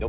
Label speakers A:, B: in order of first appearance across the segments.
A: No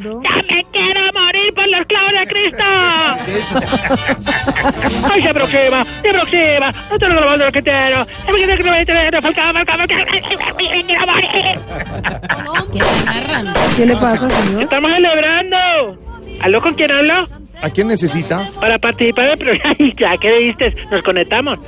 B: ¡Ya me quiero morir por los clavos de Cristo! ¡Ay, se aproxima! ¡Se aproxima! ¡No te lo grabo los roqueteros! ¡Se aproxima el roquetero! ¡Falcao, falcao, falcao! ¡Ay, ay, ay, ¡Me quiero morir!
C: ¿Qué le pasa, señor?
B: ¡Estamos celebrando! ¿Aló, con quién hablo?
D: ¿A quién necesita?
B: Para participar del programa. ya, ¿qué dijiste? Nos conectamos.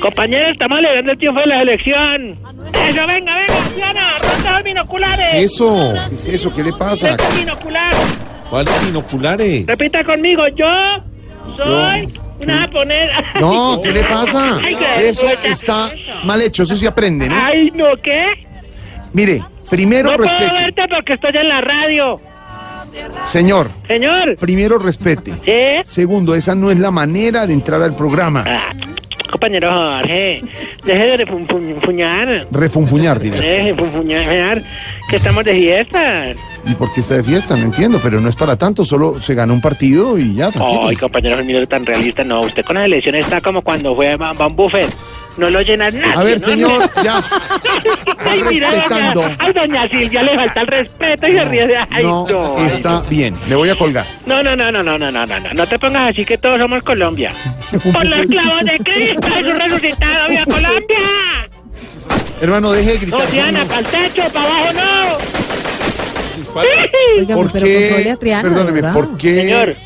B: Compañeros, estamos celebrando el triunfo de la selección. ¡Eso, venga, venga, anciana! ¡Ronda los binoculares!
D: Eso. ¿Qué es eso? ¿Qué le pasa?
B: Venga, binocular.
D: ¿Cuáles binoculares?
B: Repita conmigo, yo soy una japonesa.
D: No, ¿qué le pasa?
B: Ay, qué
D: Eso
B: puta.
D: está mal hecho. Eso sí aprende, ¿no?
B: Ay, no, ¿qué?
D: Mire, primero
B: No puedo
D: respete.
B: verte porque estoy en la radio.
D: Señor,
B: Señor,
D: primero respete.
B: ¿sí?
D: Segundo, esa no es la manera de entrar al programa.
B: Ah, compañero Jorge, deje de refu- fu- fuñar.
D: Refunfuñar, diré.
B: Deje de fu- fuñar, que estamos de fiesta.
D: ¿Y por qué está de fiesta? No entiendo, pero no es para tanto. Solo se ganó un partido y ya. tranquilo.
B: Ay, compañero, no es tan realista. No, usted con las elecciones está como cuando fue a Van Van Buffet. No lo llenas nada.
D: A ver, señor, ya.
B: Ay, mira, doña,
D: respetando.
B: ay, doña Silvia le falta el respeto y se ríe. de- Ay, no,
D: No está bien. Le voy a colgar.
B: No, no, no, no, no, no, no, no, no, no te pongas así que todos somos Colombia. Por los clavos de Cristo, Jesús resucitado, viva Colombia.
D: Hermano, deje de
B: No,
D: gritar.
B: Diana,
D: señor.
B: para el techo, para abajo no.
C: Oiga,
D: ¿Por
C: pero controle
D: qué?
C: a Triana.
D: Perdóneme,
C: ¿verdad?
D: ¿por qué?
B: Señor.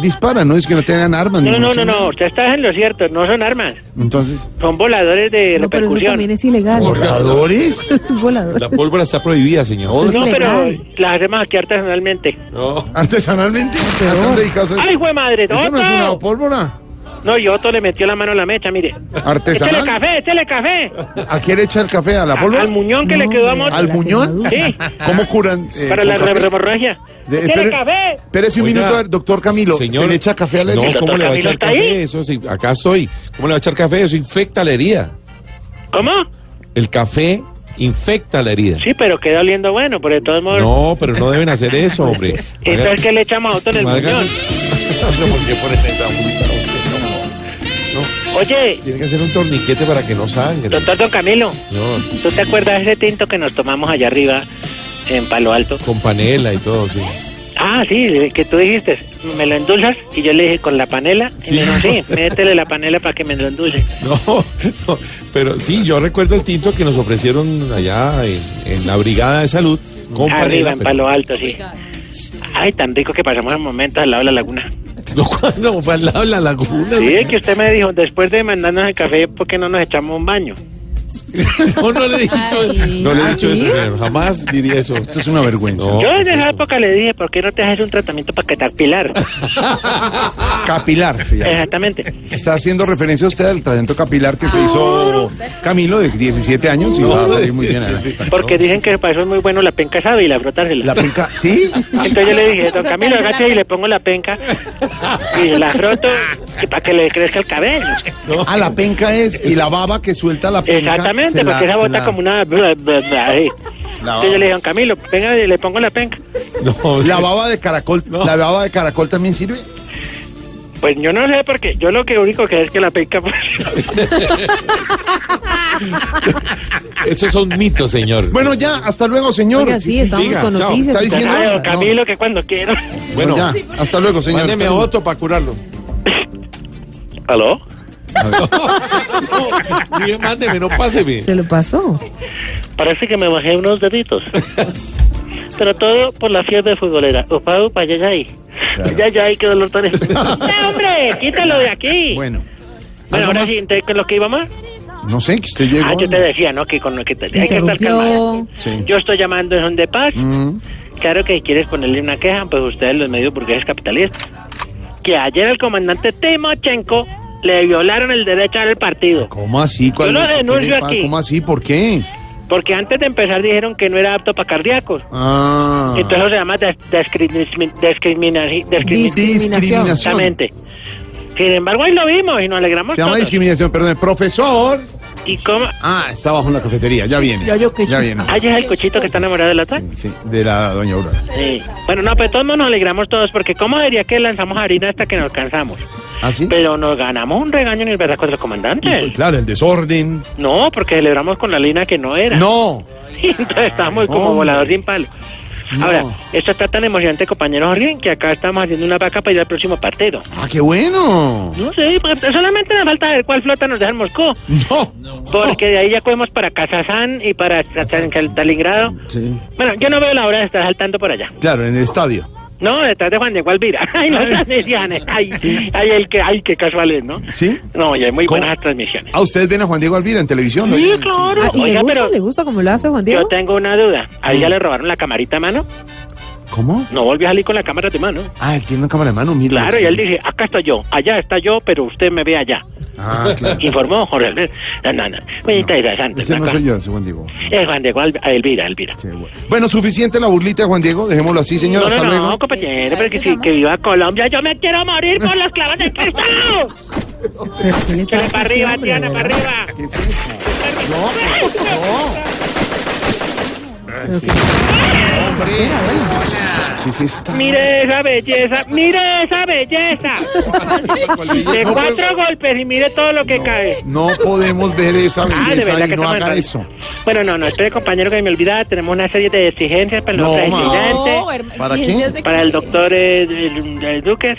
D: Dispara, no es que Eh, no tengan armas.
B: No,
D: ni
B: no, no,
D: municiones.
B: no, usted está en lo cierto, no son armas,
D: Entonces,
B: son voladores de
C: No, pero eso
B: repercusión.
C: también es ilegal.
D: ¿voladores?
C: Es volador.
E: La pólvora está prohibida, señor.
C: Eso es
B: No, pero
C: ilegal.
B: las hacemos aquí artesanalmente.
E: No.
D: ¿Artesanalmente? ¿Ya están dedicados a
B: ¡Ay, güey madre!
D: Eso no es una
B: ¡Otto!
D: pólvora.
B: No, y Otto le metió la mano a la mecha, mire. ¡Échale
D: ¿Artesanal?
B: café, échale café!
D: ¿A quién le echa el café? ¿A la pólvora?
B: Al muñón que le
C: No,
B: quedó a
C: hombre,
B: Otto.
D: ¿Al
C: la
D: muñón?
C: quemadura.
B: Sí,
D: ¿Cómo curan? eh,
B: para la
D: con café?
B: hemorragia.
D: De-
B: ¡Échale
D: espere-
B: café!
D: Espérese un
E: Oiga,
D: minuto, a ver, doctor Camilo.
E: señor.
D: ¿Se le echa café a la
E: No,
D: herida?
E: ¿cómo le va a echar
B: ¿Doctor Camilo está ahí?
E: café? Eso sí, acá estoy. ¿Cómo le va a echar café? Eso infecta la herida.
B: ¿Cómo?
E: El café infecta la herida.
B: Sí, pero queda oliendo bueno, pero de todos modos...
E: No, pero no deben hacer eso, hombre.
B: Entonces, ¿qué le echamos a Otto en el
E: Hagan-
B: muñón?
E: No, ¿por qué ponen esa música? No,
B: Oye,
E: tiene que hacer un torniquete para que no sangre.
B: doctor Don Camilo,
E: No,
B: ¿tú te acuerdas de ese tinto que nos tomamos allá arriba en Palo Alto?
E: con panela y todo, sí.
B: Ah, sí, el que tú dijiste, ¿me lo endulzas? Y yo le dije, ¿con la panela? Y me dijo, sí, métele la panela para que me lo endulce.
E: No, no, pero sí, yo recuerdo el tinto que nos ofrecieron allá en, en la Brigada de Salud con
B: Arriba,
E: panela. pues.
B: en
E: pero-
B: Palo Alto, sí. Ay, tan rico que pasamos el momento al lado de la laguna.
E: No, cuando fue al lado de la laguna.
B: Sí,
E: señor.
B: es que usted me dijo, después de mandarnos el café, ¿por qué no nos echamos un baño?
E: No, no le he dicho,
C: Ay.
E: no le he dicho
C: ¿Ah,
E: eso,
C: sí?
E: señor. Jamás diría eso.
D: Esto es una vergüenza.
E: No.
B: Yo en
E: ¿qué es
B: esa
E: eso?
B: época le dije, ¿por qué no te haces un tratamiento para que te apilar?
D: Capilar se llama.
B: Exactamente.
D: Está haciendo referencia usted al talento capilar que se hizo Camilo de 17 años y va a salir muy bien. adelante.
B: Porque dicen que para eso es muy bueno la penca sabe y la frotársela.
D: La penca, ¿sí?
B: Entonces yo le dije, don Camilo, agache y le pongo la penca y la froto que para que le crezca el cabello.
D: Ah, la penca es, y la baba que suelta la penca.
B: Exactamente,
D: se la-
B: porque esa
D: se
B: bota
D: la-
B: como una... ahí.
D: La
B: Entonces yo le dije, don Camilo, venga, y le pongo la penca.
E: No,
D: La baba de caracol, ¿la baba de caracol también sirve?
B: Pues yo no sé, porque yo lo que único que sé es que la penca... pues,
E: Esos son mitos, señor.
D: Bueno, ya, hasta luego, señor.
C: Oiga, sí, estamos
E: Siga,
C: con
E: chao.
C: noticias.
D: Está
C: y con
D: diciendo-
B: ay,
C: cosas.
B: don Camilo, que cuando quiero.
D: Bueno, ya, hasta luego, señor.
E: mándeme a
D: Hasta luego.
E: Otto para curarlo.
B: ¿Aló?
E: Dije, mándeme, no páseme.
C: Se lo pasó.
B: Parece que me bajé unos deditos. Pero todo por la fiebre futbolera. Upa, upa, ya, ya, ahí. Ya, ya, ahí, qué dolor tan... ¡No, hombre! ¡Quítalo de aquí!
D: Bueno,
B: Bueno,
D: ¿Algo
B: ahora
D: más?
B: sí, entonces, ¿qué es lo que íbamos?
D: No sé, que usted llegó.
B: Ah, yo te
D: ¿no?
B: decía, ¿no? Que con lo que te, hay que estar calmada.
C: Interrumpió.
D: Sí.
B: Yo estoy llamando en son de paz.
D: Mm,
B: Claro que si quieres ponerle una queja, pues ustedes los medios burgueses capitalistas. Que ayer al comandante Timochenko le violaron el derecho al partido.
D: Ah, ¿Cómo así? ¿Cuál-
B: lo
D: qué le
B: denuncio
D: pasa?
B: aquí.
D: ¿Cómo así? ¿Por qué?
B: Porque antes de empezar dijeron que no era apto para cardíacos.
D: Ah.
B: Entonces eso se llama des- discrimi- discriminari- discrimi-
D: Discriminación.
B: Exactamente. Sin embargo, ahí lo vimos y nos alegramos
D: Se llama
B: todos.
D: discriminación, perdón. El profesor.
B: ¿Y cómo?
D: Ah, está bajo en la cafetería. Ya viene. Ya, viene.
B: ¿Ah, ya es el cochito que está enamorado de la otra?
D: Sí, de la doña Aurora.
B: Sí. Bueno, no, pero todos nos alegramos todos, porque ¿cómo diría que lanzamos harina hasta que nos cansamos?
D: ¿Ah, sí? pues,
B: Pero eh. nos ganamos un regaño en el verdad contra los comandantes.
D: Claro, el desorden.
B: No, porque celebramos con la línea que no era.
D: No.
B: Entonces estábamos como
D: hombre.
B: volador sin palo.
D: No.
B: Ahora, esto está tan emocionante, compañeros Jorge, que acá estamos haciendo una vaca para ir al próximo partido.
D: Ah, qué bueno.
B: No sé, pues, solamente nos falta ver cuál flota nos deja el Moscú.
D: No.
B: Porque de ahí ya cogemos para Kazajstán y para Stalingrado.
D: Sí.
B: Bueno, yo no veo la hora de estar saltando por allá.
D: Claro, en el estadio.
B: No, detrás de Juan Diego Alvira. Ay, no, esas transmisiones. Ay, ay, el que, ay, qué casuales, ¿no?
D: ¿Sí?
B: No, y hay muy
D: ¿Cómo?
B: buenas transmisiones.
D: Ah, ustedes ven a Juan Diego Alvira en televisión. ¿lo
B: Sí,
D: ven?
B: claro.
C: Ah, ¿y
B: Oiga,
C: le gusta?
B: pero
C: ¿Le gusta como lo hace Juan
B: yo
C: Diego?
B: tengo una duda. ¿A
D: Mm.
B: ella le robaron la camarita a mano?
D: ¿Cómo?
B: No volvió a salir con la cámara de mano.
D: Ah, él tiene una cámara de mano, mira.
B: Claro, y él dice, acá estoy yo, allá está yo, pero usted me ve allá.
D: Ah, claro.
B: Informó Jorge Alberto. No, no, no. Muy interesante.
D: Ese
B: una
D: no
B: cosa.
D: soy yo, ese Juan Diego.
B: Es Juan Diego Alvi- Elvira, Elvira.
D: Sí, bueno. Bueno, suficiente la burlita, Juan Diego. Dejémoslo así, señor.
B: No,
D: Hasta
B: no,
D: luego.
B: no, compañero, pero que, si- que viva Colombia. Yo me quiero morir con los clavos de cristal.
C: ¿Pero qué le pasa
B: Tiana para
C: a este
B: arriba,
C: hombre,
B: Tiana
C: de
B: para
C: verdad?
B: arriba.
D: ¿Qué es eso? No, no. Sí. Hombre, ¿qué es esta?
B: Mire esa belleza, mire esa belleza. De
D: No,
B: cuatro
D: pues,
B: golpes y mire todo lo que cae.
D: no podemos ver esa
B: Ah, de
D: belleza
B: verdad
D: y
B: que
D: no
B: estamos
D: haga
B: en
D: eso.
B: radio. Bueno, no, no, espere, compañero, que me olvidaba. Tenemos una serie de exigencias para el
D: No,
B: doctor
D: ma.
B: Estudiante,
D: ¿Para qué?
B: para el doctor eh, el- el Duques.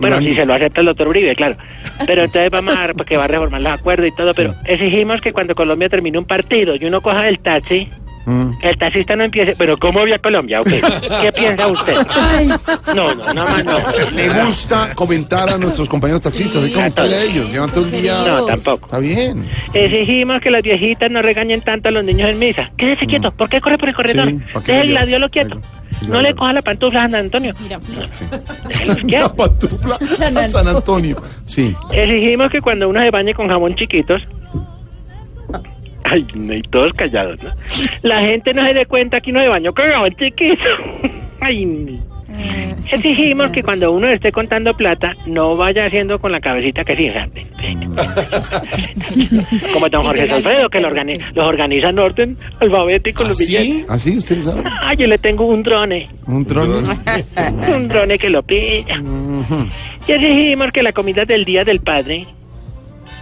B: Bueno,
D: Iván.
B: si se lo acepta el doctor Uribe, claro. Pero entonces vamos a ver, porque va a reformar los acuerdos y todo. Pero exigimos que cuando Colombia termine un partido y uno coja el taxi,
D: Mm.
B: el taxista no empiece. Pero, ¿cómo vio a Colombia? ¿O qué? ¿Qué piensa usted?
C: Ay,
B: No, no, no más no.
D: Le gusta comentar a nuestros compañeros taxistas, así como
B: todos.
D: a ellos. Llevan todo el día.
B: No, tampoco.
D: Está bien.
B: Exigimos que las viejitas no regañen tanto a los niños en misa. Quédese quieto, ¿por qué corre por el corredor?
D: Sí, ¿pa' qué
B: Deje
D: le
B: el
D: lleva?
B: gladiolo quieto.
D: Sí,
B: No le
D: claro.
B: coja la pantufla a San Antonio. Déjelos
D: La
B: quietos.
D: patufla
C: San
D: a San Antonio. Sí.
B: Exigimos que cuando uno se bañe con jabón chiquitos. Ay, no, y todos callados, ¿no? La gente no se dé cuenta que uno se bañó con jabón chiquito. Ay, mi. Exigimos que cuando uno esté contando plata, no vaya haciendo con la cabecita que sí, o sea, Como don Jorge Salfredo, que lo organi- los organiza en orden alfabético los billetes.
E: ¿Así?
D: ¿Así? ¿Ustedes saben?
B: Ah, yo le tengo un drone,
D: ¿Un tron?
B: un drone que lo pilla.
D: Ujú.
B: Y exigimos que la comida del día del padre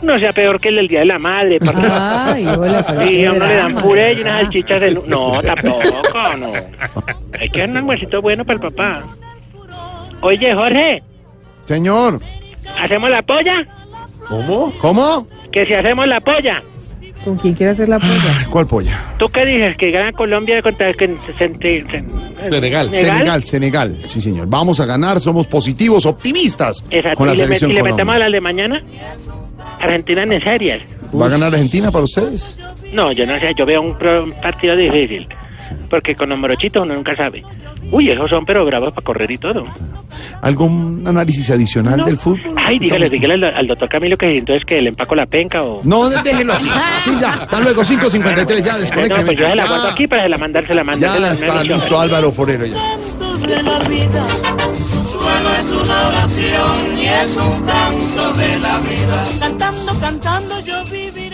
B: no sea peor que el del día de la madre, porque
C: Ay, hola, Ah, pero
B: si
C: qué
B: a uno le dan
C: drama,
B: puré y
C: de
B: unas
C: verdad.
B: salchichas en... un- No, tampoco, no. Hay que dar un almuercito bueno para el papá. Oye, Jorge,
D: Señor.
B: ¿hacemos la polla?
D: ¿Cómo? ¿Cómo?
B: Que si hacemos la polla.
C: ¿Con quién quiere hacer la polla?
D: Ay, ¿Cuál polla?
B: ¿Tú qué dices? ¿Que gana Colombia contra... que- sen- sen- sen- ¿Senegal?
E: Senegal.
D: Senegal, Senegal. Sí, señor. Vamos a ganar. Somos positivos, optimistas.
B: Exacto.
D: Con la
B: ¿Y le, met-
D: selección
B: y le
D: Colombia.
B: metemos a las de mañana? Argentina en series.
D: ¿Va a ganar Argentina para ustedes?
B: No, yo no sé, yo veo un, pro- un partido difícil. Porque con los morochitos uno nunca sabe. Uy, esos son pero bravos para correr y todo.
D: ¿Algún análisis adicional del fútbol?
B: Ay, dígale, dígale al, al doctor Camilo que entonces que le empaco la penca o...
D: No, déjenlo así. Así ya. Hasta luego, 5.53. Ya,
B: no,
D: desconecten.
B: pues yo se la guardo
D: Ya,
B: aquí para se la mandar, se la mandar. se la
D: ya está
B: anuncio.
D: listo Álvaro Forero. Ya.
F: cantando, cantando yo viví.